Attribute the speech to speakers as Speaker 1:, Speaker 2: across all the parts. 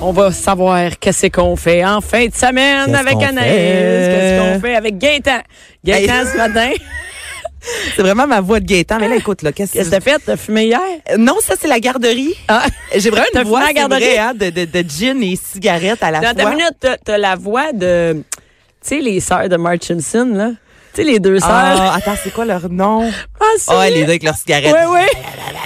Speaker 1: On va savoir qu'est-ce qu'on fait en fin de semaine
Speaker 2: Qu'est-ce
Speaker 1: avec
Speaker 2: qu'on
Speaker 1: Anaïs.
Speaker 2: fait?
Speaker 1: Qu'est-ce qu'on fait avec Gaëtan? Gaëtan,
Speaker 2: Hey.
Speaker 1: ce matin,
Speaker 2: C'est vraiment ma voix de Gaëtan. Mais là, écoute, là, qu'est-ce
Speaker 1: qu'est-ce que
Speaker 2: que
Speaker 1: t'as fait? T'as fumé hier?
Speaker 2: Euh, Non, ça, c'est la garderie.
Speaker 1: Ah.
Speaker 2: J'ai vraiment
Speaker 1: T'as
Speaker 2: une voix
Speaker 1: fumé à la
Speaker 2: c'est
Speaker 1: garderie?
Speaker 2: vrai, hein, de, de, de gin et cigarette à la
Speaker 1: Dans ta
Speaker 2: fois.
Speaker 1: minute, t'as- t'as la voix de, tu sais, les sœurs de Mark Simpson, là. Tu sais, les deux sœurs.
Speaker 2: Ah, attends, c'est quoi leur nom?
Speaker 1: Ah, c'est-
Speaker 2: Ah, les deux avec leurs cigarettes.
Speaker 1: Oui, oui.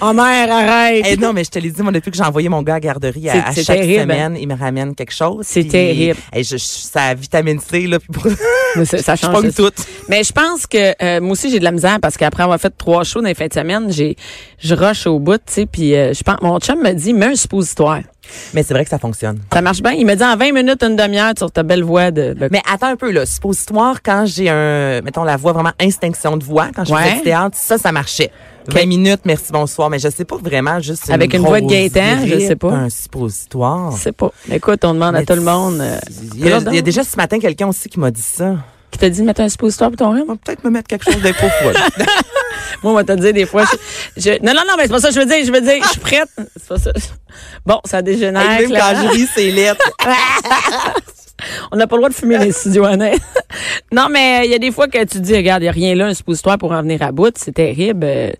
Speaker 1: oh, mère, arrête.
Speaker 2: Eh, non, mais je te l'ai dit, moi, depuis que j'ai envoyé mon gars à la garderie, à,
Speaker 1: C'est-
Speaker 2: à
Speaker 1: c'est
Speaker 2: chaque
Speaker 1: terrible,
Speaker 2: semaine, il me ramène quelque chose.
Speaker 1: C'est
Speaker 2: puis-
Speaker 1: terrible.
Speaker 2: Eh, je, je, ça vitamine C, là, puis pour...
Speaker 1: Mais ça, ça
Speaker 2: je
Speaker 1: change
Speaker 2: pogne
Speaker 1: ça.
Speaker 2: tout.
Speaker 1: Mais je pense que euh, moi aussi j'ai de la misère parce qu'après avoir fait trois shows dans les fins de semaine, j'ai je rush au bout, tu sais, puis euh, je pense mon chum me dit mets un suppositoire.
Speaker 2: Mais c'est vrai que ça fonctionne.
Speaker 1: Ça marche bien, il me dit en 20 minutes une demi-heure sur ta belle voix de, de-
Speaker 2: Mais attends un peu, là. Suppositoire, quand j'ai un, mettons, la voix vraiment instinction de voix, quand je
Speaker 1: Ouais.
Speaker 2: faisais du théâtre, ça, ça marchait. 20 minutes, merci, bonsoir. Mais je sais pas vraiment, juste.
Speaker 1: Avec une voix de
Speaker 2: grosse
Speaker 1: Gaétan, je
Speaker 2: grippe,
Speaker 1: sais pas.
Speaker 2: Un suppositoire.
Speaker 1: je sais pas. Écoute, on demande à
Speaker 2: Mais
Speaker 1: tout le monde euh,
Speaker 2: Il y, a,
Speaker 1: Pardon?
Speaker 2: il y a déjà ce matin quelqu'un aussi qui m'a dit ça.
Speaker 1: qui t'a dit de mettre un suppositoire pour ton rhume.
Speaker 2: On va peut-être me mettre quelque chose d'impôt
Speaker 1: Moi, on va te dire des fois. Ah! je- je- non, non, non, mais c'est pas ça que je veux dire. Je veux dire, je suis prête. C'est pas ça. Bon, ça dégénère.
Speaker 2: Même
Speaker 1: clairement.
Speaker 2: quand je ris, c'est lettre.
Speaker 1: On n'a pas le droit de fumer dans les studios Anna. non, mais il y a des fois que tu te dis, regarde, il n'y a rien là, un suppositoire pour en venir à bout. C'est terrible. Euh,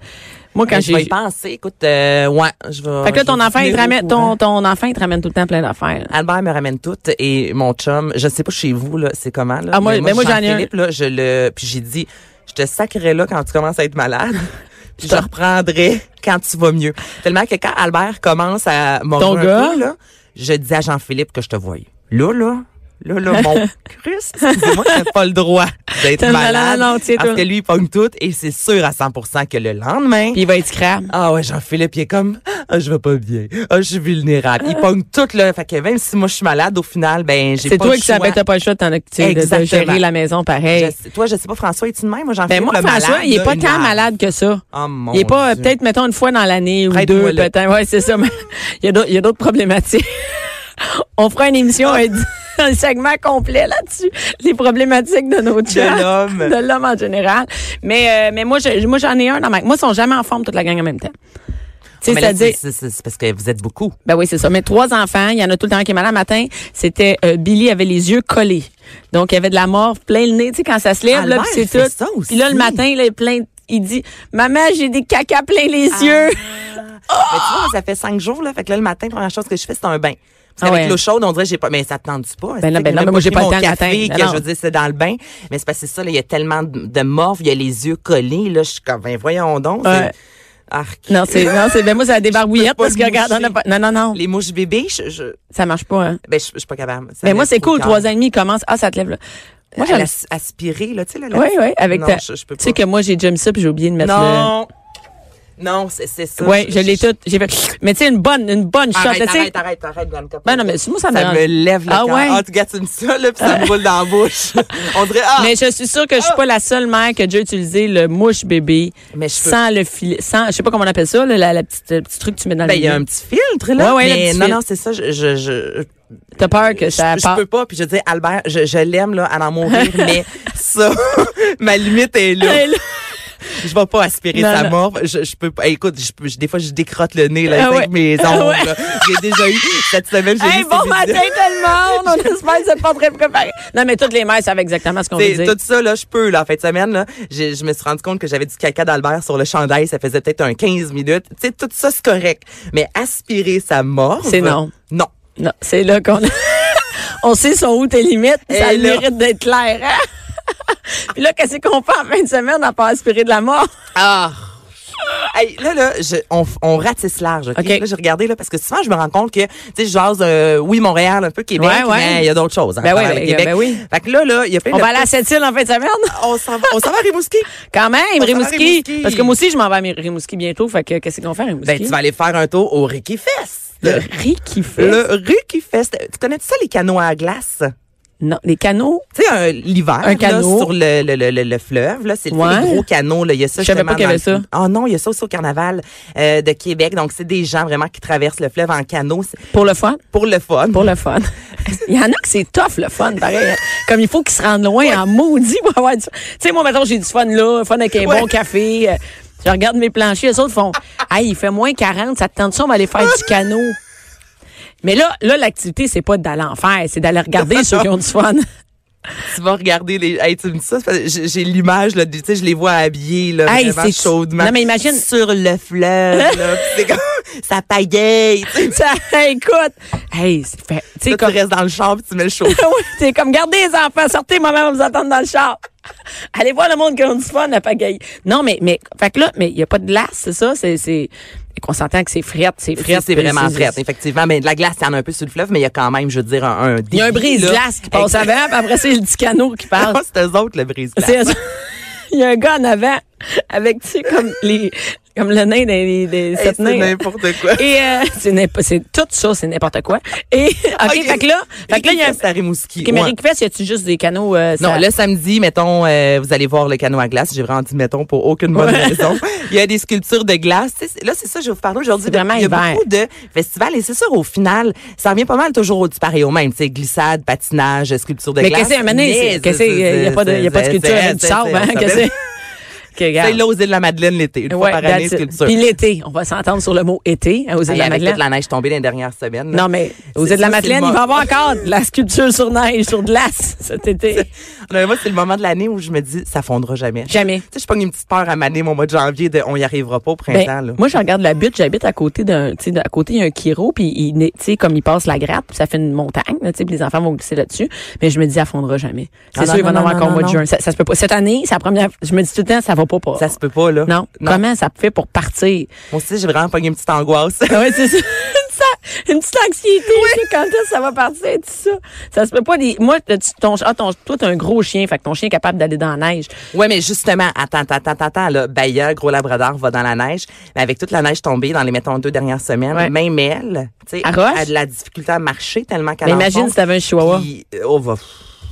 Speaker 1: Moi, quand
Speaker 2: je vais
Speaker 1: j'ai...
Speaker 2: y penser, écoute, euh, ouais, je vais.
Speaker 1: Fait que là, ton
Speaker 2: je vais
Speaker 1: enfant, il te
Speaker 2: tenir au
Speaker 1: ramène,
Speaker 2: courant. Ah.
Speaker 1: ton, ton enfant, il te ramène tout le temps plein d'affaires.
Speaker 2: Albert me ramène tout et mon chum, je sais pas chez vous là, c'est comment là.
Speaker 1: Ah, moi- ben, moi, j'en ai un.
Speaker 2: Philippe là, je le puis j'ai dit je te sacrerai là quand tu commences à être malade. puis je reprendrai quand tu vas mieux. Tellement que quand Albert commence à mordre
Speaker 1: Ton
Speaker 2: un
Speaker 1: gars?
Speaker 2: peu, là, je dis à Jean-Philippe que je te voyais. Là là Là, là, mon Christ, excusez-moi, t'as pas le droit d'être
Speaker 1: T'as le malade,
Speaker 2: malade.
Speaker 1: non, tiens,
Speaker 2: parce
Speaker 1: toi.
Speaker 2: que lui, il pogne tout et c'est sûr à 100% que le lendemain,
Speaker 1: Puis il va être crâne.
Speaker 2: ah ouais, Jean-Philippe, il est comme, ah, je vais pas bien. Ah, je suis vulnérable. Il pogne tout, là. Fait que même si moi, je suis malade, au final, ben, j'ai
Speaker 1: C'est
Speaker 2: pas
Speaker 1: toi
Speaker 2: le
Speaker 1: qui ça
Speaker 2: choix.
Speaker 1: t'as pas le choix de t'en occuper, de- de,
Speaker 2: Exactement.
Speaker 1: gérer la maison pareil.
Speaker 2: Je sais- Toi, je sais pas, François, es-tu de même? Moi,
Speaker 1: Ben
Speaker 2: Jean-Philippe,
Speaker 1: moi,
Speaker 2: le
Speaker 1: François,
Speaker 2: malade,
Speaker 1: il est
Speaker 2: là,
Speaker 1: pas
Speaker 2: une
Speaker 1: tant
Speaker 2: heure.
Speaker 1: malade que ça.
Speaker 2: Oh, mon
Speaker 1: Il est pas, euh,
Speaker 2: Dieu.
Speaker 1: peut-être, mettons, une fois dans l'année ou deux,
Speaker 2: Prête-moi le.
Speaker 1: peut-être. Ouais, c'est ça. mais il y a d'autres- il y a d'autres problématiques. On fera une émission,
Speaker 2: Ah.
Speaker 1: un, un segment complet là-dessus. Les problématiques de nos chats.
Speaker 2: l'homme.
Speaker 1: De l'homme en général. Mais, euh, mais moi, je- moi, j'en ai un dans ma, moi, ils sont jamais en forme toute la gang en même temps. Tu sais,
Speaker 2: Ah, Mais là,
Speaker 1: c'est-à-dire,
Speaker 2: c'est- c'est c'est parce que vous êtes beaucoup.
Speaker 1: ben oui, c'est ça. Mais trois enfants, il y en a tout le temps qui est malade. Le matin, c'était euh, Billy avait les yeux collés. Donc, il y avait de la mort plein le nez, tu sais, quand ça se lève, là,
Speaker 2: Albert,
Speaker 1: puis c'est
Speaker 2: il fait
Speaker 1: tout.
Speaker 2: ça aussi.
Speaker 1: Puis là, le matin, là, il est plein, il dit, maman, j'ai des caca plein les
Speaker 2: Ah.
Speaker 1: yeux.
Speaker 2: Mais tu vois, ça fait cinq jours, là. Fait que là, le matin, première chose que je fais, c'est un bain.
Speaker 1: Ah
Speaker 2: Parce qu'avec
Speaker 1: ouais.
Speaker 2: l'eau chaude, on dirait, j'ai pas, mais ça te tente pas.
Speaker 1: Ben non,
Speaker 2: C'est
Speaker 1: ben non,
Speaker 2: que
Speaker 1: mais moi, j'ai
Speaker 2: pris
Speaker 1: pas le
Speaker 2: mon
Speaker 1: temps le
Speaker 2: café,
Speaker 1: matin.
Speaker 2: que
Speaker 1: Non,
Speaker 2: je veux
Speaker 1: non.
Speaker 2: dire, c'est dans le bain. Mais c'est parce que c'est ça, là, il y a tellement de, de morts, il y a les yeux collés, là. Je suis comme, ben, voyons donc. c'est-
Speaker 1: Ouais.
Speaker 2: Arc.
Speaker 1: Non, c'est, non, c'est, ben moi, c'est la débarbouillette
Speaker 2: pas
Speaker 1: parce que
Speaker 2: le
Speaker 1: regarde, on a pas, non,
Speaker 2: moucher.
Speaker 1: non, non,
Speaker 2: Les mouches bébés, je, je,
Speaker 1: ça marche pas, hein.
Speaker 2: ben, je, je suis pas capable. Ça
Speaker 1: Mais moi,
Speaker 2: laisse
Speaker 1: c'est
Speaker 2: trop
Speaker 1: cool,
Speaker 2: de
Speaker 1: trois
Speaker 2: temps.
Speaker 1: ans et demi, commence, ah, ça te lève, là. Moi,
Speaker 2: Elle
Speaker 1: j'aime,
Speaker 2: as- aspirée, là, tu sais, là. la-
Speaker 1: oui, oui, avec
Speaker 2: non,
Speaker 1: ta,
Speaker 2: je, je peux
Speaker 1: tu sais
Speaker 2: pas.
Speaker 1: que moi, j'ai déjà mis ça puis j'ai oublié de mettre
Speaker 2: Non! Non, c'est, c'est ça.
Speaker 1: le, ouais, je l'ai toute, j'ai fait, mais tu sais, une bonne, une bonne shot,
Speaker 2: Arrête,
Speaker 1: là, tu sais.
Speaker 2: arrête, arrête, arrête, Bianca.
Speaker 1: Ben non, mais moi, ça me
Speaker 2: Ça
Speaker 1: dérange.
Speaker 2: me lève le
Speaker 1: Ah
Speaker 2: cœur.
Speaker 1: ouais?
Speaker 2: Ah, tu gâtes une ça, là, puis ça me roule dans la bouche. On dirait, ah!
Speaker 1: Mais je suis sûre que je suis pas la seule mère que déjà utilisé le mouche bébé
Speaker 2: Mais je peux-
Speaker 1: sans le filet, sans, je sais pas comment on appelle ça, là, la, la petite, le petit truc que tu mets dans
Speaker 2: Ben,
Speaker 1: le
Speaker 2: il y a un
Speaker 1: milieu.
Speaker 2: petit filtre, là.
Speaker 1: Ouais, ouais, le
Speaker 2: mais
Speaker 1: petit
Speaker 2: non,
Speaker 1: filtre.
Speaker 2: non, c'est ça, je, je, je,
Speaker 1: T'as peur que ça
Speaker 2: je, je
Speaker 1: part.
Speaker 2: peux pas, puis je dis, Albert, je, je l'aime, là, à en mourir, mais ça, ma limite est là.
Speaker 1: Hey, là,
Speaker 2: Je vais pas aspirer
Speaker 1: Non,
Speaker 2: sa
Speaker 1: non.
Speaker 2: mort. Je, je peux pas. hey, écoute, je, peux- je- des fois, je décrotte le nez là,
Speaker 1: Ah
Speaker 2: avec
Speaker 1: ouais.
Speaker 2: mes
Speaker 1: Ah
Speaker 2: ongles.
Speaker 1: ouais.
Speaker 2: là. J'ai déjà eu cette semaine. J'ai
Speaker 1: hey,
Speaker 2: vu
Speaker 1: bon
Speaker 2: ces
Speaker 1: matin tout
Speaker 2: vidéos.
Speaker 1: le monde! On espère que vous êtes pas très préparés. Non, mais toutes les mères savent exactement ce qu'on veut
Speaker 2: C'est-
Speaker 1: dire.
Speaker 2: Tout ça, là, je peux, là, en fin de semaine, là, j'ai- je me suis rendu compte que j'avais du caca d'Albert sur le chandail. Ça faisait peut-être un 15 minutes. Tu sais, tout ça, c'est correct. Mais aspirer sa mort.
Speaker 1: C'est non.
Speaker 2: Non.
Speaker 1: Non, c'est là qu'on on sait sont où tes limites, puis ça a
Speaker 2: Et
Speaker 1: le
Speaker 2: là.
Speaker 1: mérite d'être clair. hein? puis là, qu'est-ce qu'on fait en fin de semaine à pas aspirer de la mort?
Speaker 2: Ah! Hey, là, là, je- on, on ratisse large, OK?
Speaker 1: OK.
Speaker 2: Là, j'ai regardé, là, parce que souvent, je me rends compte que, tu sais, je jase, euh, oui, Montréal, un peu Québec,
Speaker 1: Ouais, ouais.
Speaker 2: mais il y a d'autres choses. hein,
Speaker 1: Ben
Speaker 2: à
Speaker 1: oui,
Speaker 2: travers le
Speaker 1: ben,
Speaker 2: Québec.
Speaker 1: ben oui.
Speaker 2: Fait que là, là, il y a plein
Speaker 1: On
Speaker 2: de
Speaker 1: va aller à Sept-Îles en fin de semaine?
Speaker 2: on s'en va, on s'en va à Rimouski.
Speaker 1: Quand même,
Speaker 2: s'en va à
Speaker 1: Rimouski.
Speaker 2: Rimouski.
Speaker 1: Parce que moi aussi, je m'en vais à mi- Rimouski bientôt. Fait que qu'est-ce qu'on fait à Rimouski?
Speaker 2: Ben, tu vas aller faire un tour au Ricky Fest.
Speaker 1: Le riz qui fait.
Speaker 2: Le Ricky Fest. Tu connais ça, les canots à glace?
Speaker 1: Non, les canaux.
Speaker 2: Tu sais, un- l'hiver,
Speaker 1: Un
Speaker 2: là,
Speaker 1: canot.
Speaker 2: sur le, le, le, le, le fleuve, là, c'est tu sais,
Speaker 1: Ouais.
Speaker 2: les gros canots, là. Il y a ça,
Speaker 1: Je savais
Speaker 2: justement,
Speaker 1: pas qu'il y
Speaker 2: dans
Speaker 1: avait
Speaker 2: le-
Speaker 1: ça.
Speaker 2: Ah non, il y a ça aussi au carnaval, euh, de Québec. Donc, c'est des gens vraiment qui traversent le fleuve en canot. C'est
Speaker 1: Pour le fun.
Speaker 2: pour le fun.
Speaker 1: Pour le fun. il y en a que c'est tough, le fun, pareil. hein. Comme il faut qu'ils se rendent loin en maudit pour avoir du fun. Tu sais, moi, maintenant, j'ai du fun là, fun avec un
Speaker 2: Ouais.
Speaker 1: bon café. euh, Je regarde mes planchers. Les autres font, hey, il fait moins 40, ça te tente ça, on va aller faire du canot. Mais là, là, l'activité, c'est pas d'aller en faire, c'est d'aller regarder ceux qui ont du fun.
Speaker 2: tu vas regarder les. Hey, tu me dis ça, c'est parce que j'ai j'ai l'image, là, de- tu sais, je les vois habillés, là,
Speaker 1: Hey,
Speaker 2: vraiment
Speaker 1: c'est-
Speaker 2: chaudement.
Speaker 1: Non, mais imagine-
Speaker 2: Sur le fleuve, là. pis c'est comme, ça pagaille, tu sais.
Speaker 1: Ça, écoute. Hey, c'est fait. Tu sais,
Speaker 2: Là, tu
Speaker 1: comme.
Speaker 2: restes dans le char pis tu mets le chaud.
Speaker 1: Ouais, c'est comme, gardez les enfants, sortez, maman va vous attendre dans le char. Allez voir le monde qui a du fun à pagaille. Non, mais, mais, fait que là, mais il y a pas de glace, c'est ça? C'est, c'est, et qu'on s'entend que c'est frette, c'est frette.
Speaker 2: c'est vraiment frette, effectivement. Mais de la glace, il y en a un peu sur le fleuve, mais il y a quand même, je veux dire, un, un
Speaker 1: Il y a un
Speaker 2: débit, là.
Speaker 1: brise-glace qui passe
Speaker 2: Exact.
Speaker 1: avant, puis après, c'est le petit canot qui
Speaker 2: Non,
Speaker 1: passe.
Speaker 2: c'est eux autres, le brise-glace.
Speaker 1: C'est Il y a un gars en avant avec, tu sais, comme les, comme le nain des, des, des
Speaker 2: Hey,
Speaker 1: sept
Speaker 2: c'est
Speaker 1: nains.
Speaker 2: n'importe quoi.
Speaker 1: Et, euh, c'est n'imp- c'est tout ça, c'est n'importe quoi. Et, OK,
Speaker 2: Ok.
Speaker 1: fait que là, fait que là, il y a un,
Speaker 2: Ricky Rimouski.
Speaker 1: OK, mais
Speaker 2: Ouais.
Speaker 1: Rick Fest, y a-tu juste des canaux, euh,
Speaker 2: Non,
Speaker 1: ça-
Speaker 2: le samedi, mettons, euh, vous allez voir le canot à glace. J'ai vraiment dit mettons pour aucune bonne
Speaker 1: Ouais.
Speaker 2: raison. Il y a des sculptures de glace. Tu sais, c'est- Là, c'est ça, je vais vous parler aujourd'hui.
Speaker 1: C'est vraiment
Speaker 2: Il y a
Speaker 1: hiver.
Speaker 2: beaucoup de festivals et c'est sûr, au final, ça revient pas mal toujours au- du pareil au même. Tu sais, glissade, patinage, sculpture de
Speaker 1: Mais qu'est-ce
Speaker 2: glace.
Speaker 1: que c'est, un mané, c'est,
Speaker 2: Mais
Speaker 1: qu'est-ce que c'est, y a pas de, y a pas de
Speaker 2: c'est-
Speaker 1: culture avec du
Speaker 2: c'est-
Speaker 1: sable,
Speaker 2: c'est-
Speaker 1: hein,
Speaker 2: ça
Speaker 1: qu'est-ce que
Speaker 2: s'appelle-
Speaker 1: c'est? OK,
Speaker 2: C'est
Speaker 1: regarde.
Speaker 2: là aux îles de la Madeleine l'été. Une fois
Speaker 1: Ouais,
Speaker 2: par année,
Speaker 1: that's it.
Speaker 2: sculpture.
Speaker 1: Puis l'été, on va s'entendre sur le mot été, hein, aux îles de
Speaker 2: Ah, Il y
Speaker 1: la
Speaker 2: avait toute
Speaker 1: Madeleine.
Speaker 2: la neige tombée les dernières semaines. là.
Speaker 1: Non, mais aux
Speaker 2: C'est-
Speaker 1: îles de la
Speaker 2: ça, c'est le
Speaker 1: Madeleine, il
Speaker 2: mo-
Speaker 1: va y avoir encore de la sculpture sur neige, sur glace, cet été.
Speaker 2: Non, mais moi, c'est le moment de l'année où je me dis, ça fondra jamais.
Speaker 1: Jamais.
Speaker 2: Tu sais, je pogne une petite peur à maner mon mois de janvier de on y arrivera pas au
Speaker 1: Ben,
Speaker 2: printemps. là.
Speaker 1: moi, je regarde la butte. J'habite à côté d'un, tu sais, de- à côté il y a un kiro, puis il, naît- tu sais, comme il passe la gratte, puis ça fait une montagne, là, tu sais, puis les enfants vont glisser là-dessus. Mais je me dis, elle fondra jamais. C'est
Speaker 2: Ah non,
Speaker 1: sûr, il va en
Speaker 2: non,
Speaker 1: avoir
Speaker 2: non,
Speaker 1: encore au
Speaker 2: non,
Speaker 1: mois de
Speaker 2: non.
Speaker 1: juin. Ça, ça se peut pas. Cette année, c'est la première. Je me dis tout le temps, ça va pas pas.
Speaker 2: Ça se peut pas, là.
Speaker 1: non. Comment ça fait pour partir?
Speaker 2: Moi aussi, j'ai vraiment pogné une petite angoisse.
Speaker 1: Ah ouais, c'est ça. Une sa- Une petite anxiété, tu sais, quand est-ce que ça va partir, tout ça. Ça se peut pas. des- Moi, t'as- tu- ton, ah, ton, toi, t'as un gros chien, fait que ton chien est capable d'aller dans la neige.
Speaker 2: ouais, mais justement, attends, attends, attends, attends, là. Baya, gros labrador, va dans la neige. Mais avec toute la neige tombée dans les, mettons, deux dernières semaines,
Speaker 1: Ouais.
Speaker 2: même elle, tu sais,
Speaker 1: Elle roche?
Speaker 2: a de la difficulté à marcher tellement qu'elle
Speaker 1: Mais imagine
Speaker 2: enfonce.
Speaker 1: si t'avais un chihuahua.
Speaker 2: Puis, euh, oh, va.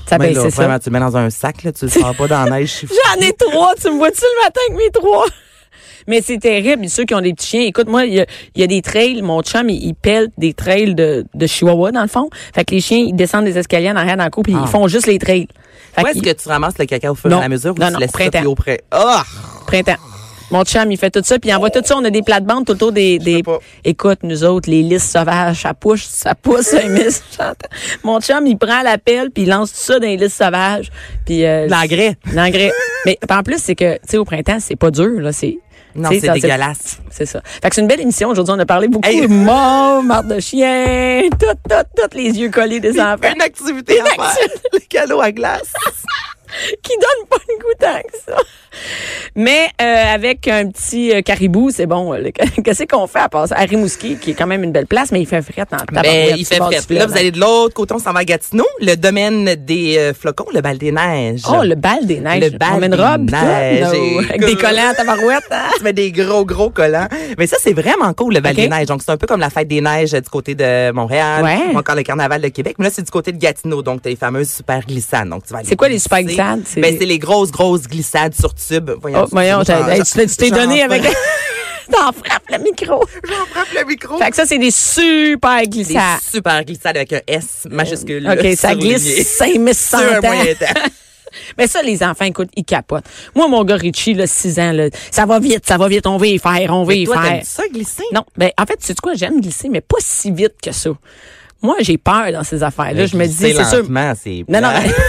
Speaker 1: Ça
Speaker 2: Ben,
Speaker 1: ben,
Speaker 2: là,
Speaker 1: c'est ça.
Speaker 2: Vraiment, tu le mets dans un sac, là. Tu le sors pas dans la neige. je suis
Speaker 1: J'en ai trois. Tu me vois-tu le matin avec mes trois? Mais c'est terrible, ceux qui ont des petits chiens. Écoute, moi, il y, a- il y a des trails. Mon chum, il, il pèle des trails de, de chihuahua, dans le fond. Fait que les chiens, ils descendent des escaliers en arrière dans le coup, puis
Speaker 2: Ah.
Speaker 1: ils font juste les trails. Fait
Speaker 2: Où
Speaker 1: que
Speaker 2: est-ce que tu ramasses le caca au fur et
Speaker 1: Non.
Speaker 2: à mesure ou
Speaker 1: Non,
Speaker 2: tu
Speaker 1: non,
Speaker 2: laisses ça
Speaker 1: printemps.
Speaker 2: plus au près? Ah!
Speaker 1: printemps. Mon chum, il fait tout ça, puis il envoie tout ça. On a des plates-bandes tout autour des... des...
Speaker 2: pas.
Speaker 1: Écoute, nous autres, les listes sauvages, ça pousse, ça pousse, ça émisse, j'entends. Mon chum, il prend la pelle, puis il lance tout ça dans les listes sauvages. Puis, euh,
Speaker 2: L'engrais.
Speaker 1: L'engrais. Mais en plus, c'est que, tu sais, au printemps, c'est pas dur, là. C'est,
Speaker 2: Non,
Speaker 1: tu sais,
Speaker 2: c'est
Speaker 1: ça-
Speaker 2: dégueulasse.
Speaker 1: C'est ça. Fait que c'est une belle émission. Aujourd'hui, on a parlé beaucoup
Speaker 2: Hey.
Speaker 1: de morts, morts de chiens, tout, tout, tout, les yeux collés des enfants
Speaker 2: Une activité à faire. Le canot à glace.
Speaker 1: qui donnent pas le goût tant que ça. Mais euh, avec un petit euh, caribou, c'est bon. euh, le- Qu'est-ce qu'on fait à part ça? À Rimouski, qui est quand même une belle place, mais il fait frette en tabarouette.
Speaker 2: Ben, il
Speaker 1: sur
Speaker 2: fait
Speaker 1: le bord
Speaker 2: frais.
Speaker 1: du
Speaker 2: Puis là,
Speaker 1: fleuve,
Speaker 2: vous allez de l'autre côté, on s'en va à Gatineau, le domaine des euh, flocons, le bal des neiges.
Speaker 1: hein. Oh, le bal des neiges.
Speaker 2: Le bal
Speaker 1: On met une
Speaker 2: des
Speaker 1: robe, puis tout,
Speaker 2: neiges,
Speaker 1: no.
Speaker 2: écoute.
Speaker 1: avec des collants à tabarouette. hein.
Speaker 2: Tu mets des gros, gros collants. Mais ça, c'est vraiment cool, le bal
Speaker 1: OK.
Speaker 2: des neiges. Donc, c'est un peu comme la fête des neiges euh, du côté de Montréal.
Speaker 1: Ouais.
Speaker 2: Ou encore le carnaval de Québec. Mais là, c'est du côté de Gatineau. Donc, t'as les fameuses super glissades. Donc, tu vas aller
Speaker 1: C'est quoi les
Speaker 2: glisser.
Speaker 1: super glissades? C'est-
Speaker 2: Ben, c'est les grosses, grosses glissades sur tube. Voyons.
Speaker 1: Oh, voyons,
Speaker 2: excuse-moi,
Speaker 1: t'as-
Speaker 2: j'en-
Speaker 1: hey, tu t'es- tu t'es
Speaker 2: j'en-
Speaker 1: donné avec...
Speaker 2: j'en
Speaker 1: T'en frappes le micro.
Speaker 2: frappe le micro.
Speaker 1: Fait que ça, c'est des super
Speaker 2: Des
Speaker 1: glissades.
Speaker 2: super glissades avec un S majuscule.
Speaker 1: OK, ça
Speaker 2: surligné.
Speaker 1: glisse 5100
Speaker 2: Sur un
Speaker 1: ans.
Speaker 2: moyen temps.
Speaker 1: Mais ça, les enfants, écoute, ils capotent. Moi, mon gars Richie, là, 6 ans, là, ça va vite, ça va vite, on va y faire, on va y
Speaker 2: Toi,
Speaker 1: faire.
Speaker 2: t'aimes ça glisser?
Speaker 1: Non, ben en fait, c'est quoi, j'aime glisser, mais pas si vite que ça. Moi, j'ai peur dans ces affaires-là. Je me dis, c'est sûr.
Speaker 2: Ben, lentement, Ah. c'est
Speaker 1: Non, non.
Speaker 2: plate.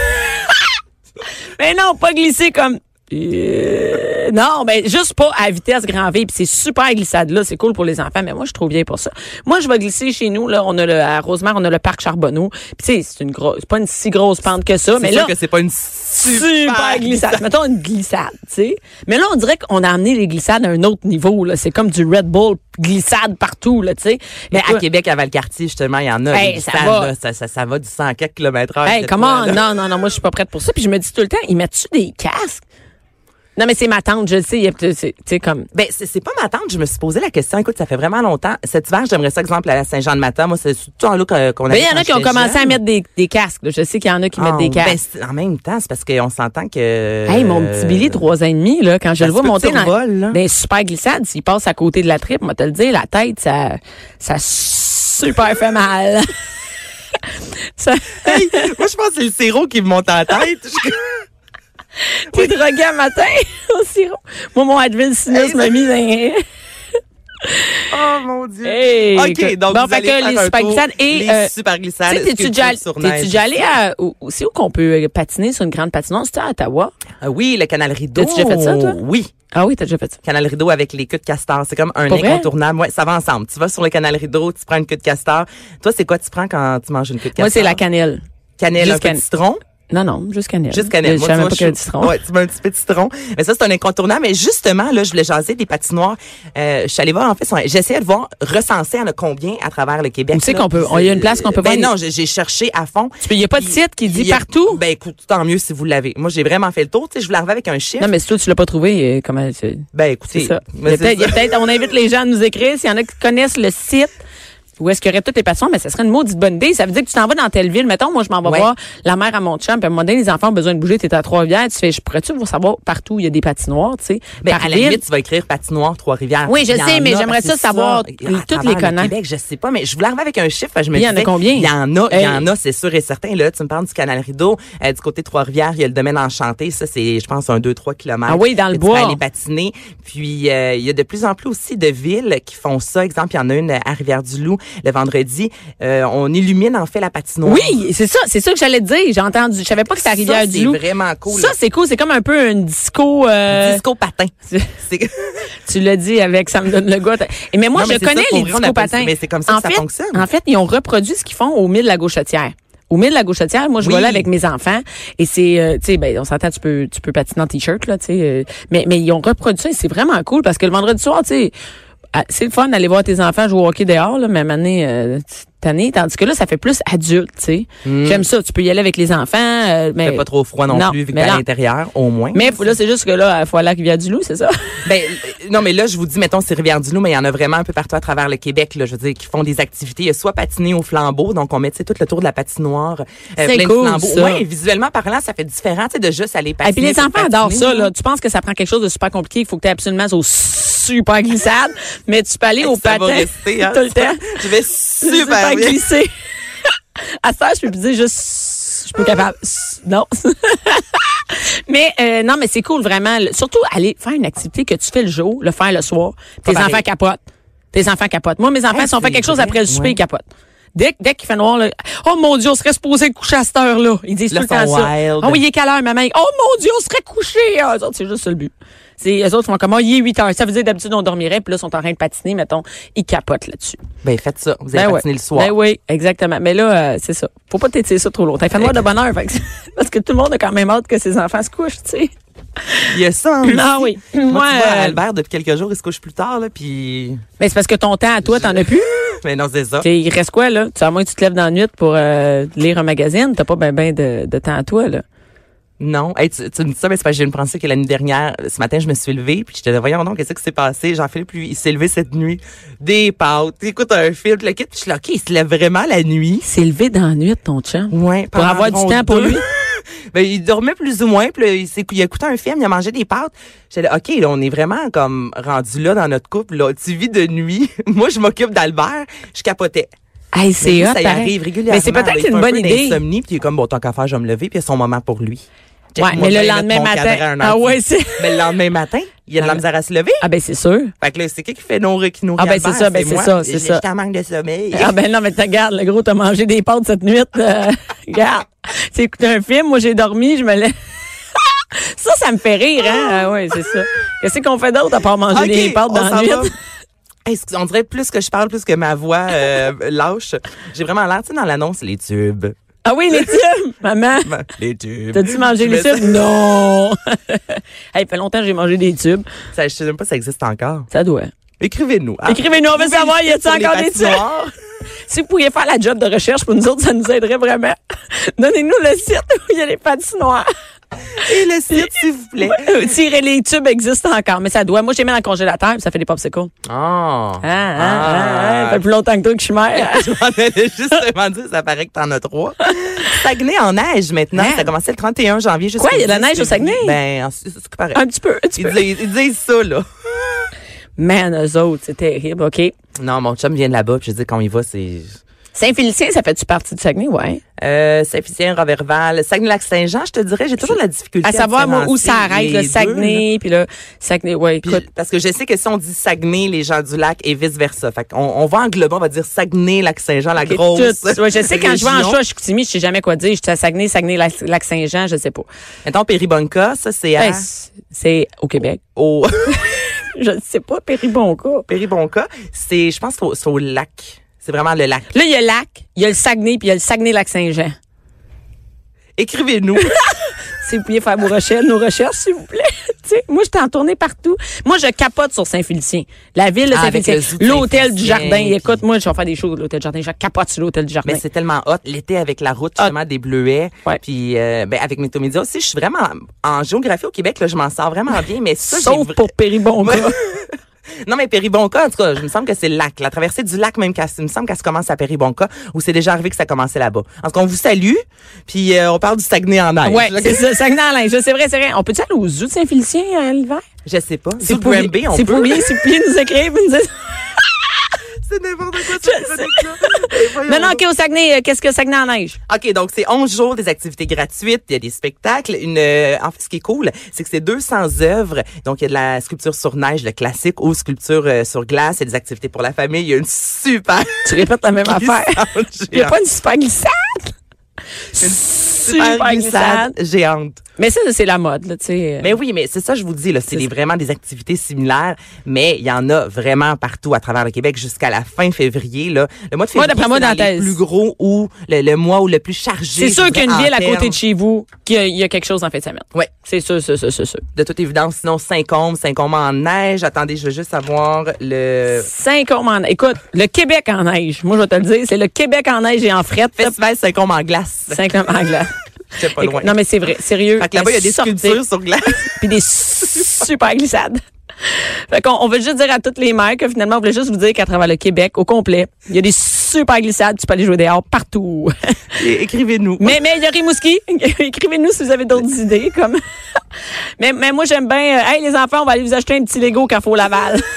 Speaker 1: mais non, pas glisser comme. Euh, non, ben juste pas à vitesse grand V. Puis c'est super glissade là, c'est cool pour les enfants. Mais moi, je suis trop vieille pour ça. Moi, je vais glisser chez nous là. On a le à Rosemère, on a le parc Charbonneau. Puis tu sais, c'est une grosse, c'est pas une si grosse pente que ça.
Speaker 2: C'est
Speaker 1: Mais
Speaker 2: sûr
Speaker 1: là,
Speaker 2: que c'est pas une
Speaker 1: super,
Speaker 2: super
Speaker 1: glissade. Mettons une glissade, tu sais. Mais là, on dirait qu'on a amené les glissades à un autre niveau. Là, c'est comme du Red Bull glissade partout, là, tu sais.
Speaker 2: Mais à
Speaker 1: écoute-
Speaker 2: Québec, à Valcartier, justement, il y en a.
Speaker 1: Hey,
Speaker 2: des
Speaker 1: ça
Speaker 2: salles,
Speaker 1: va.
Speaker 2: là, ça, ça, ça va du 100 quelques kilomètres heure.
Speaker 1: Hey,
Speaker 2: cette
Speaker 1: comment?
Speaker 2: fois-là.
Speaker 1: Non, non, non, moi, je suis pas prête pour ça. Puis je me dis tout le temps, ils mettent-tu des casques? Non, mais c'est ma tante, je le sais. il y a peut-être- c'est- Tu sais, comme.
Speaker 2: Ben, c'est c'est pas ma tante. Je me suis posé la question. Écoute, ça fait vraiment longtemps. Cet hiver, j'aimerais ça, exemple, à Saint-Jean-de-Matin. Moi, c'est surtout en look euh, qu'on a.
Speaker 1: Mais Ben, il y en a qui ont commencé à mettre des, des casques. là. Je sais qu'il y en a qui mettent des casques.
Speaker 2: en même temps, Ah, ben, c'est parce qu'on s'entend que.
Speaker 1: Hey, mon petit Billy, trois ans et demi, là, quand je
Speaker 2: euh, ça
Speaker 1: le
Speaker 2: se
Speaker 1: vois
Speaker 2: peut que
Speaker 1: monter
Speaker 2: tu
Speaker 1: dans,
Speaker 2: revoles, là.
Speaker 1: dans les super glissades, s'il passe à côté de la tripe, moi te le dire, la tête, ça, ça super fait mal. ça,
Speaker 2: Hey, moi, je pense que c'est le sirop qui me monte en tête. Je-
Speaker 1: t'es drogué à matin au sirop. Moi, mon Advil Sinus
Speaker 2: Hey,
Speaker 1: m'a mis dans...
Speaker 2: Oh mon Dieu.
Speaker 1: Hey, écoute.
Speaker 2: OK, donc
Speaker 1: Bon,
Speaker 2: vous
Speaker 1: fait
Speaker 2: allez
Speaker 1: que
Speaker 2: faire
Speaker 1: les
Speaker 2: un
Speaker 1: super glissades
Speaker 2: tour,
Speaker 1: et,
Speaker 2: les
Speaker 1: euh,
Speaker 2: super
Speaker 1: Tu
Speaker 2: glissades.
Speaker 1: sais, t'es-tu
Speaker 2: sculptures
Speaker 1: déjà allé-
Speaker 2: sur neige.
Speaker 1: t'es-tu déjà allé à, où, où- c'est où qu'on peut euh, patiner sur une grande patinoire? C'était à Ottawa?
Speaker 2: Ah oui, le canal rideau.
Speaker 1: T'as-tu déjà fait ça, toi?
Speaker 2: Oui.
Speaker 1: Ah oui, t'as déjà fait ça.
Speaker 2: Canal rideau avec les queues de castor. C'est comme un
Speaker 1: Pour vrai?
Speaker 2: incontournable. Ouais, ça va ensemble. Tu vas sur le canal rideau, tu prends une queue de castor. Toi, c'est quoi tu prends quand tu manges une queue de castor?
Speaker 1: Moi, c'est la cannelle.
Speaker 2: cannelle,
Speaker 1: juste
Speaker 2: un peu de
Speaker 1: can-
Speaker 2: citron.
Speaker 1: Non, non, juste cannelle.
Speaker 2: Juste cannelle.
Speaker 1: Je
Speaker 2: Moi,
Speaker 1: savais
Speaker 2: tu
Speaker 1: même pas
Speaker 2: vois,
Speaker 1: qu'il y a
Speaker 2: je
Speaker 1: du
Speaker 2: suis-
Speaker 1: citron.
Speaker 2: Ouais, tu mets un petit peu de citron. Mais ça, c'est un incontournable. Mais justement, là, je voulais jaser des patinoires. Euh, je suis allée voir, en fait, son- j'essayais de voir recenser en a combien à travers le Québec.
Speaker 1: Où c'est
Speaker 2: là.
Speaker 1: qu'on peut- il y a une place qu'on peut
Speaker 2: ben
Speaker 1: voir
Speaker 2: non, j'ai j'ai cherché à fond.
Speaker 1: Il n'y a pas de
Speaker 2: Puis,
Speaker 1: site qui dit
Speaker 2: il y a-
Speaker 1: partout?
Speaker 2: Ben écoute, tant mieux si vous l'avez. Moi, j'ai vraiment fait le tour. Tu sais, je voulais arriver avec un chiffre.
Speaker 1: Non, mais si toi, tu l'as pas trouvé, euh, comment, c'est
Speaker 2: Ben
Speaker 1: c'est
Speaker 2: écoutez,
Speaker 1: ça. Il
Speaker 2: mais
Speaker 1: y a
Speaker 2: c'est
Speaker 1: peut-être- il y a
Speaker 2: ça.
Speaker 1: peut-être, on invite les gens à nous écrire s'il y en a qui connaissent le site. Où est-ce qu'il y aurait toutes les patients, mais ça serait une maudite bonne idée. Ça veut dire que tu t'en vas dans telle ville. Mettons, moi, je m'en vais
Speaker 2: Ouais.
Speaker 1: voir la mère à mon chum. Puis à un moment donné, les enfants ont besoin de bouger. T'es à Trois-Rivières. Tu fais, je pourrais-tu vous savoir partout où il y a des patinoires, tu sais?
Speaker 2: Ben,
Speaker 1: par
Speaker 2: à la
Speaker 1: ville?
Speaker 2: limite, tu vas écrire patinoire Trois-Rivières.
Speaker 1: Oui, je
Speaker 2: Il y
Speaker 1: sais,
Speaker 2: en
Speaker 1: mais
Speaker 2: a,
Speaker 1: j'aimerais
Speaker 2: parce que
Speaker 1: ça savoir
Speaker 2: à
Speaker 1: toutes
Speaker 2: travers
Speaker 1: les
Speaker 2: le
Speaker 1: connaître.
Speaker 2: Québec, je sais pas, mais je voulais arriver avec un chiffre. Je me
Speaker 1: Il y en a
Speaker 2: disais,
Speaker 1: combien?
Speaker 2: Il y en a, il
Speaker 1: Hey.
Speaker 2: y en a, c'est sûr et certain. Là, tu me parles du canal Rideau. euh, du côté de Trois-Rivières, il y a le domaine enchanté. Ça, c'est, je pense, un 2-3 kilomètres.
Speaker 1: Ah oui, dans le
Speaker 2: Et
Speaker 1: bois.
Speaker 2: Tu peux aller patiner. Puis, euh, il y a de plus en plus aussi de villes qui font ça. Exemple, il y en a une à Rivière-du-Loup le vendredi. Euh, on illumine, en fait, la patinoire.
Speaker 1: Oui, c'est ça, c'est ça que j'allais te dire. J'ai entendu. Je savais pas que c'était à
Speaker 2: Ça,
Speaker 1: Rivière-du-Loup.
Speaker 2: c'est vraiment cool.
Speaker 1: Ça, c'est cool. C'est comme un peu une disco. euh,
Speaker 2: Disco patin.
Speaker 1: tu-
Speaker 2: C'est-
Speaker 1: Tu l'as dit avec ça me donne le goût. Et mais moi,
Speaker 2: Non, mais
Speaker 1: je
Speaker 2: c'est ça,
Speaker 1: connais
Speaker 2: pour
Speaker 1: les
Speaker 2: vrai, on
Speaker 1: disco
Speaker 2: appelle ça-
Speaker 1: patins.
Speaker 2: mais c'est comme ça que
Speaker 1: en
Speaker 2: ça
Speaker 1: fait,
Speaker 2: fonctionne.
Speaker 1: En fait, ils ont reproduit ce qu'ils font au milieu de la gauchetière. Au milieu de la gauchetière, moi, je
Speaker 2: Oui.
Speaker 1: vais là avec mes enfants et c'est, euh, tu sais, ben, on s'entend, tu peux, tu peux patiner en t-shirt là, tu sais, euh, mais mais ils ont reproduit ça et c'est vraiment cool parce que le vendredi soir, tu sais, ah, c'est le fun d'aller voir tes enfants jouer au hockey dehors là, même année. Euh, tannée, tandis que là, ça fait plus adulte, tu sais. J'aime ça. Tu peux y aller avec les enfants, euh, mais
Speaker 2: Fait Hmm. pas trop froid non,
Speaker 1: Non,
Speaker 2: plus, vu que
Speaker 1: mais
Speaker 2: t'es à
Speaker 1: là-
Speaker 2: l'intérieur, au moins.
Speaker 1: Mais faut- là, c'est juste que là, il faut aller à Rivière-du-Loup, c'est ça?
Speaker 2: Ben, euh, non, mais là, je vous dis, mettons, c'est Rivière-du-Loup, mais il y en a vraiment un peu partout à travers le Québec, là, je veux dire, qui font des activités. Il y a soit patiner au flambeau, donc on met, tu sais, tout le tour de la patinoire. euh,
Speaker 1: C'est
Speaker 2: plein de
Speaker 1: cool,
Speaker 2: flambeaux.
Speaker 1: ça.
Speaker 2: Ouais, visuellement parlant, ça fait différent, tu sais, de juste aller
Speaker 1: Et
Speaker 2: patiner.
Speaker 1: Ah, puis les
Speaker 2: pour
Speaker 1: enfants adorent
Speaker 2: patiner,
Speaker 1: ça. Là. Tu penses que ça prend quelque chose de super compliqué, il faut que tu aies absolument au super glissade, mais tu peux aller au
Speaker 2: Ça va
Speaker 1: patin
Speaker 2: rester, hein,
Speaker 1: tout le
Speaker 2: ça.
Speaker 1: temps.
Speaker 2: Je vais
Speaker 1: Super
Speaker 2: super bien.
Speaker 1: glisser. à ça, je peux plus dire juste je peux capable. Non. mais euh, non, mais c'est cool vraiment. Le- Surtout aller faire une activité que tu fais le jour, le faire le soir. Tes
Speaker 2: pareil.
Speaker 1: enfants capotent. Tes enfants capotent. Moi, mes enfants,
Speaker 2: Hey,
Speaker 1: si on fait
Speaker 2: c'est
Speaker 1: quelque chose
Speaker 2: vrai,
Speaker 1: après le souper,
Speaker 2: ouais.
Speaker 1: ils capotent. Dès, que- dès qu'il fait noir, là, oh mon Dieu, on serait supposé coucher à cette heure-là. Ils disent
Speaker 2: Là,
Speaker 1: tout le temps
Speaker 2: sont
Speaker 1: ça.
Speaker 2: wild.
Speaker 1: Ah oui, il est quelle heure, maman? Oh mon Dieu, on serait couché. Ah, eux autres, c'est juste ça le but. C'est, eux autres font comment? Il est 8 heures. Ça veut dire d'habitude, on dormirait, puis là, ils sont en train de patiner, mettons. Ils capotent là-dessus.
Speaker 2: Ben, faites ça. Vous allez
Speaker 1: Ben ouais.
Speaker 2: patiner le soir.
Speaker 1: Ben oui, exactement. Mais là, euh, c'est ça. Faut pas t'étirer ça trop longtemps. Fais-moi de bonheur, fait que- parce que tout le monde a quand même hâte que ses enfants se couchent, tu sais.
Speaker 2: Il y a ça, hein,
Speaker 1: Ah
Speaker 2: aussi.
Speaker 1: oui.
Speaker 2: Moi,
Speaker 1: Moi,
Speaker 2: tu vois,
Speaker 1: euh,
Speaker 2: Albert, depuis quelques jours, il se couche plus tard, là, puis...
Speaker 1: Mais c'est parce que ton temps à toi, t'en as plus.
Speaker 2: Mais non, c'est ça.
Speaker 1: T'sais, il reste quoi, là? Tu, à moins que tu te lèves dans la nuit pour euh, lire un magazine, t'as pas ben ben de, de temps à toi, là.
Speaker 2: Non. Hey, tu, tu me dis ça, mais c'est parce que j'ai une pensée que la nuit dernière, ce matin, je me suis levée, puis j'étais là, voyons donc, qu'est-ce qui s'est passé? Jean-Philippe, lui, il s'est levé cette nuit, des pâtes, il écoute un film, le kit, puis je suis là, OK, il se lève vraiment la nuit.
Speaker 1: C'est levé dans la nuit, ton chum.
Speaker 2: Ouais,
Speaker 1: Pour
Speaker 2: pendant
Speaker 1: avoir du
Speaker 2: environ
Speaker 1: temps pour
Speaker 2: deux.
Speaker 1: lui.
Speaker 2: ben, il dormait plus ou moins, puis là, il, s'est- il a écouté un film, il a mangé des pâtes. J'étais là, OK, là, on est vraiment comme rendu là dans notre couple, là. Tu vis de nuit. Moi, je m'occupe d'Albert. Je capotais.
Speaker 1: Hey, c'est
Speaker 2: Mais lui,
Speaker 1: hot,
Speaker 2: ça y
Speaker 1: pareil.
Speaker 2: arrive régulièrement.
Speaker 1: Mais c'est
Speaker 2: là. Il
Speaker 1: peut-être
Speaker 2: fait
Speaker 1: une
Speaker 2: un
Speaker 1: bonne
Speaker 2: peu
Speaker 1: idée.
Speaker 2: d'insomnie, puis il est comme, bon, tant qu'à faire, je vais me lever, puis il y a son moment pour lui.
Speaker 1: Ouais,
Speaker 2: Check, moi,
Speaker 1: mais
Speaker 2: je
Speaker 1: le
Speaker 2: vais mettre
Speaker 1: lendemain
Speaker 2: mon
Speaker 1: matin.
Speaker 2: cadran un
Speaker 1: Ah
Speaker 2: an
Speaker 1: ouais, c'est.
Speaker 2: mais le lendemain matin, il y a de la misère à se lever.
Speaker 1: Ah ben c'est sûr.
Speaker 2: Fait que là, c'est qui qui fait nos qui nourrit
Speaker 1: Ah, ben,
Speaker 2: Albert?
Speaker 1: c'est ça, ben, c'est
Speaker 2: moi.
Speaker 1: ça, c'est
Speaker 2: J'ai-
Speaker 1: ça.
Speaker 2: J'étais en manque de sommeil.
Speaker 1: Ah ben non, mais t'as- regarde, le gros, t'as mangé des pâtes cette nuit. euh, regarde, t'as écouté un film, moi j'ai dormi, je me lève. ça, ça me fait rire, hein? oui, c'est ça. Qu'est-ce qu'on fait d'autre à part manger
Speaker 2: Ok,
Speaker 1: des pâtes
Speaker 2: on
Speaker 1: dans la
Speaker 2: s'en
Speaker 1: nuit?
Speaker 2: va. Hey, excuse- on dirait plus que je parle, plus que ma voix euh, lâche. J'ai vraiment l'air, tu sais, dans l'annonce, les tubes.
Speaker 1: Ah oui, les tubes! Maman,
Speaker 2: Ben, Les tubes.
Speaker 1: t'as-tu
Speaker 2: Je
Speaker 1: mangé les
Speaker 2: me-
Speaker 1: tubes? Non! hey, fait longtemps que j'ai mangé des tubes.
Speaker 2: Ça, je sais même pas si ça existe encore.
Speaker 1: Ça doit.
Speaker 2: Écrivez-nous. hein.
Speaker 1: Écrivez-nous, on veut savoir, y a-t-il
Speaker 2: Sur les
Speaker 1: encore des tubes?
Speaker 2: patinoires.
Speaker 1: Si vous pouviez faire la job de recherche pour nous autres, ça nous aiderait vraiment. Donnez-nous le site où il y a les patinoires.
Speaker 2: Et le site, s'il vous plaît.
Speaker 1: Euh, Tirer les tubes existent encore, mais ça doit. Moi, je les mets dans le congélateur, puis ça fait des popsicles.
Speaker 2: Ah.
Speaker 1: Ah, ah, ah, ah, Ça fait plus longtemps que toi que je suis mère.
Speaker 2: Je m'en allais justement dire, ça paraît que t'en as trois. Hein? Saguenay en neige maintenant.
Speaker 1: Man.
Speaker 2: Ça a commencé le 31 janvier. jusqu'au
Speaker 1: Quoi, il y a de la
Speaker 2: 10
Speaker 1: neige au
Speaker 2: février.
Speaker 1: Saguenay?
Speaker 2: Ben, en- c'est ce qui paraît.
Speaker 1: Un petit peu, un petit
Speaker 2: Ils
Speaker 1: peu.
Speaker 2: disent, ils disent ça, là.
Speaker 1: Man, eux autres, c'est terrible, OK?
Speaker 2: Non, mon chum vient de là-bas, puis je dis, quand il va, c'est.
Speaker 1: Saint-Félicien, ça fait-tu partie du Saguenay? Ouais.
Speaker 2: Euh, Saint-Félicien, Robertval, Saguenay-Lac-Saint-Jean, je te dirais, j'ai toujours de la difficulté
Speaker 1: À savoir, moi, où
Speaker 2: différencier
Speaker 1: ça arrête,
Speaker 2: les
Speaker 1: le
Speaker 2: deux,
Speaker 1: Saguenay, puis le Saguenay. Ouais,
Speaker 2: Puis
Speaker 1: écoute.
Speaker 2: je- parce que je sais que si on dit Saguenay, les gens du lac et vice versa. Fait qu'on on va englober, on va dire Saguenay, lac Saint-Jean, la
Speaker 1: Et
Speaker 2: grosse.
Speaker 1: tout. Ouais, je sais, quand je vais en
Speaker 2: région.
Speaker 1: choix, je suis je sais jamais quoi dire. Je suis à Saguenay, Saguenay, Lac- Lac-Saint-Jean, je sais pas.
Speaker 2: Mettons Péribonca, ça c'est à-
Speaker 1: Ben, c'est- c'est au Québec.
Speaker 2: au
Speaker 1: Je ne sais pas, Péribonca.
Speaker 2: Péribonca, c'est je pense que c'est au- c'est au lac. C'est vraiment le lac.
Speaker 1: Là, il y a Lac, il y a le Saguenay, puis il y a le Saguenay-Lac-Saint-Jean.
Speaker 2: Écrivez-nous.
Speaker 1: Si vous pouviez faire vos recherches, nos recherches, s'il vous plaît. Tu sais, moi, j'étais en tournée partout. Moi, je capote sur Saint-Félicien. La ville de
Speaker 2: Ah, avec
Speaker 1: Saint-Félicien.
Speaker 2: le zoo de
Speaker 1: L'hôtel du
Speaker 2: Saint-Félicien,
Speaker 1: jardin.
Speaker 2: puis-
Speaker 1: Écoute, moi, je vais faire des choses de l'hôtel du jardin. Je capote sur l'hôtel du jardin.
Speaker 2: Mais c'est tellement hot l'été avec la route justement des bleuets
Speaker 1: Ouais.
Speaker 2: puis euh, ben avec Métomédia aussi, je suis vraiment en géographie au Québec là, je m'en sors vraiment bien mais ça j'ai
Speaker 1: Sauf
Speaker 2: vra-
Speaker 1: pour Péribonca.
Speaker 2: non, mais Péribonca, en tout cas, je me semble que c'est le lac. La traversée du lac, même, qu'elle- il me semble qu'elle se commence à Péribonca, où c'est déjà arrivé que ça commençait là-bas. En tout cas, on vous salue, puis euh, on parle du Saguenay en neige.
Speaker 1: Ouais,
Speaker 2: Là,
Speaker 1: c'est ça, Saguenay-Linge. C'est vrai, c'est vrai. On peut-tu aller au zoo de Saint-Félicien euh, l'hiver?
Speaker 2: Je sais pas.
Speaker 1: Si
Speaker 2: C'est
Speaker 1: vous pouviez-
Speaker 2: Granby, on
Speaker 1: si vous
Speaker 2: peut.
Speaker 1: pouviez- si vous pouviez nous écrire, vous nous dites-
Speaker 2: C'est n'importe quoi, cette chronique-là. Et voyons
Speaker 1: Non, non,
Speaker 2: donc.
Speaker 1: OK, au Saguenay, euh, qu'est-ce que Saguenay en neige?
Speaker 2: OK, donc c'est 11 jours des activités gratuites, il y a des spectacles, une euh, en fait ce qui est cool, c'est que c'est 200 œuvres. Donc il y a de la sculpture sur neige, le classique ou sculpture euh, sur glace, il y a des activités pour la famille, il y a une super
Speaker 1: Tu répètes la même affaire.
Speaker 2: glissade
Speaker 1: Il n'y a pas une super glissade? Super glissade.
Speaker 2: glissade géante.
Speaker 1: Mais ça, c'est la mode, là, tu sais.
Speaker 2: Mais oui, mais c'est ça, je vous dis, là, c'est des- vraiment des activités similaires, mais il y en a vraiment partout à travers le Québec jusqu'à la fin février, là. Le mois de
Speaker 1: Moi,
Speaker 2: février,
Speaker 1: d'après
Speaker 2: c'est
Speaker 1: moi,
Speaker 2: dans
Speaker 1: dans ta-
Speaker 2: les plus gros ou le, le mois où le plus chargé.
Speaker 1: C'est sûr
Speaker 2: je
Speaker 1: qu'il y a une
Speaker 2: dirais,
Speaker 1: ville
Speaker 2: en
Speaker 1: à côté
Speaker 2: termes.
Speaker 1: de chez vous qu'il y a- il y, a quelque chose en fin de semaine.
Speaker 2: Ouais.
Speaker 1: C'est sûr, c'est sûr, c'est sûr.
Speaker 2: De toute évidence, sinon Saint-Côme, Saint-Côme en neige. Attendez, je veux juste savoir le
Speaker 1: Cinq hommes en neige. Écoute, le Québec en neige, moi, je vais te le dire, c'est le Québec en neige et en fret.
Speaker 2: festival Saint-Côme en glace.
Speaker 1: Cinq hommes en glace.
Speaker 2: C'est pas loin.
Speaker 1: Écoute, Non, mais c'est vrai, sérieux.
Speaker 2: Fait que là-bas, il y a des
Speaker 1: Sortez.
Speaker 2: sculptures sur glace.
Speaker 1: puis des super glissades. Fait qu'on on veut juste dire à toutes les mères que finalement, on voulait juste vous dire qu'à travers le Québec, au complet, il y a des super glissades, tu peux aller jouer dehors partout.
Speaker 2: Et Écrivez-nous.
Speaker 1: mais mais il y a Rimouski, écrivez-nous si vous avez d'autres idées. comme mais, mais moi, j'aime bien, euh, hey les enfants, on va aller vous acheter un petit Lego au Carrefour Laval.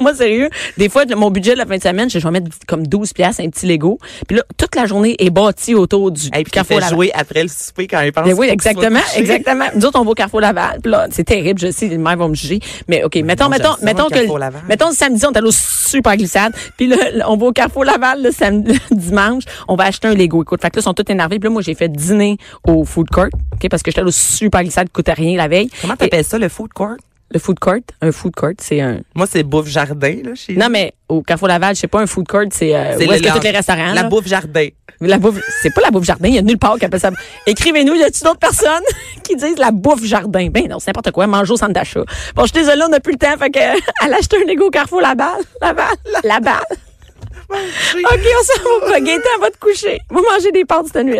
Speaker 1: Moi, sérieux, des fois, mon budget de la fin de semaine, je vais mettre comme 12 piastres, un petit Lego. Puis là, toute la journée est bâtie autour du du
Speaker 2: Et puis il
Speaker 1: Carrefour
Speaker 2: fait
Speaker 1: Laval.
Speaker 2: jouer après le souper quand il pense.
Speaker 1: Ben oui,
Speaker 2: qu'il faut
Speaker 1: exactement,
Speaker 2: se coucher.
Speaker 1: exactement. Nous autres, on va au Carrefour Laval. Puis là, c'est terrible, je sais, les mères vont me juger. Mais OK, mettons,
Speaker 2: non, j'aime
Speaker 1: mettons,
Speaker 2: ça,
Speaker 1: mettons
Speaker 2: le
Speaker 1: que,
Speaker 2: Carrefour Laval.
Speaker 1: mettons, le samedi, on est allé au super glissade. Puis là, là, on va au Carrefour Laval le samedi, le dimanche. On va acheter un Lego. Écoute, fait que là, ils sont tous énervés. Puis là, moi, j'ai fait dîner au food court. OK, parce que j'étais allé au super glissade, qui coûtait rien la veille.
Speaker 2: Comment t'appelles ça le food court?
Speaker 1: Le food court, un food court, c'est un,
Speaker 2: Moi, c'est bouffe jardin, là, chez
Speaker 1: non, mais au Carrefour Laval, je sais pas, un food court, c'est, euh, où est-ce que
Speaker 2: le-
Speaker 1: tous les restaurants, là?
Speaker 2: La bouffe jardin.
Speaker 1: La bouffe, c'est pas la bouffe jardin, il y a nulle part qui appelle ça. Écrivez-nous, y a-t-il d'autres personnes qui disent la bouffe jardin? Ben non, c'est n'importe quoi, manger au centre d'achat. Bon, je suis désolée, on n'a plus le temps, fait que, euh, allez acheter un Lego au Carrefour, la balle, la balle, la balle. OK, on s'en va, Gaëtan va te coucher. Va manger des pâtes cette nuit.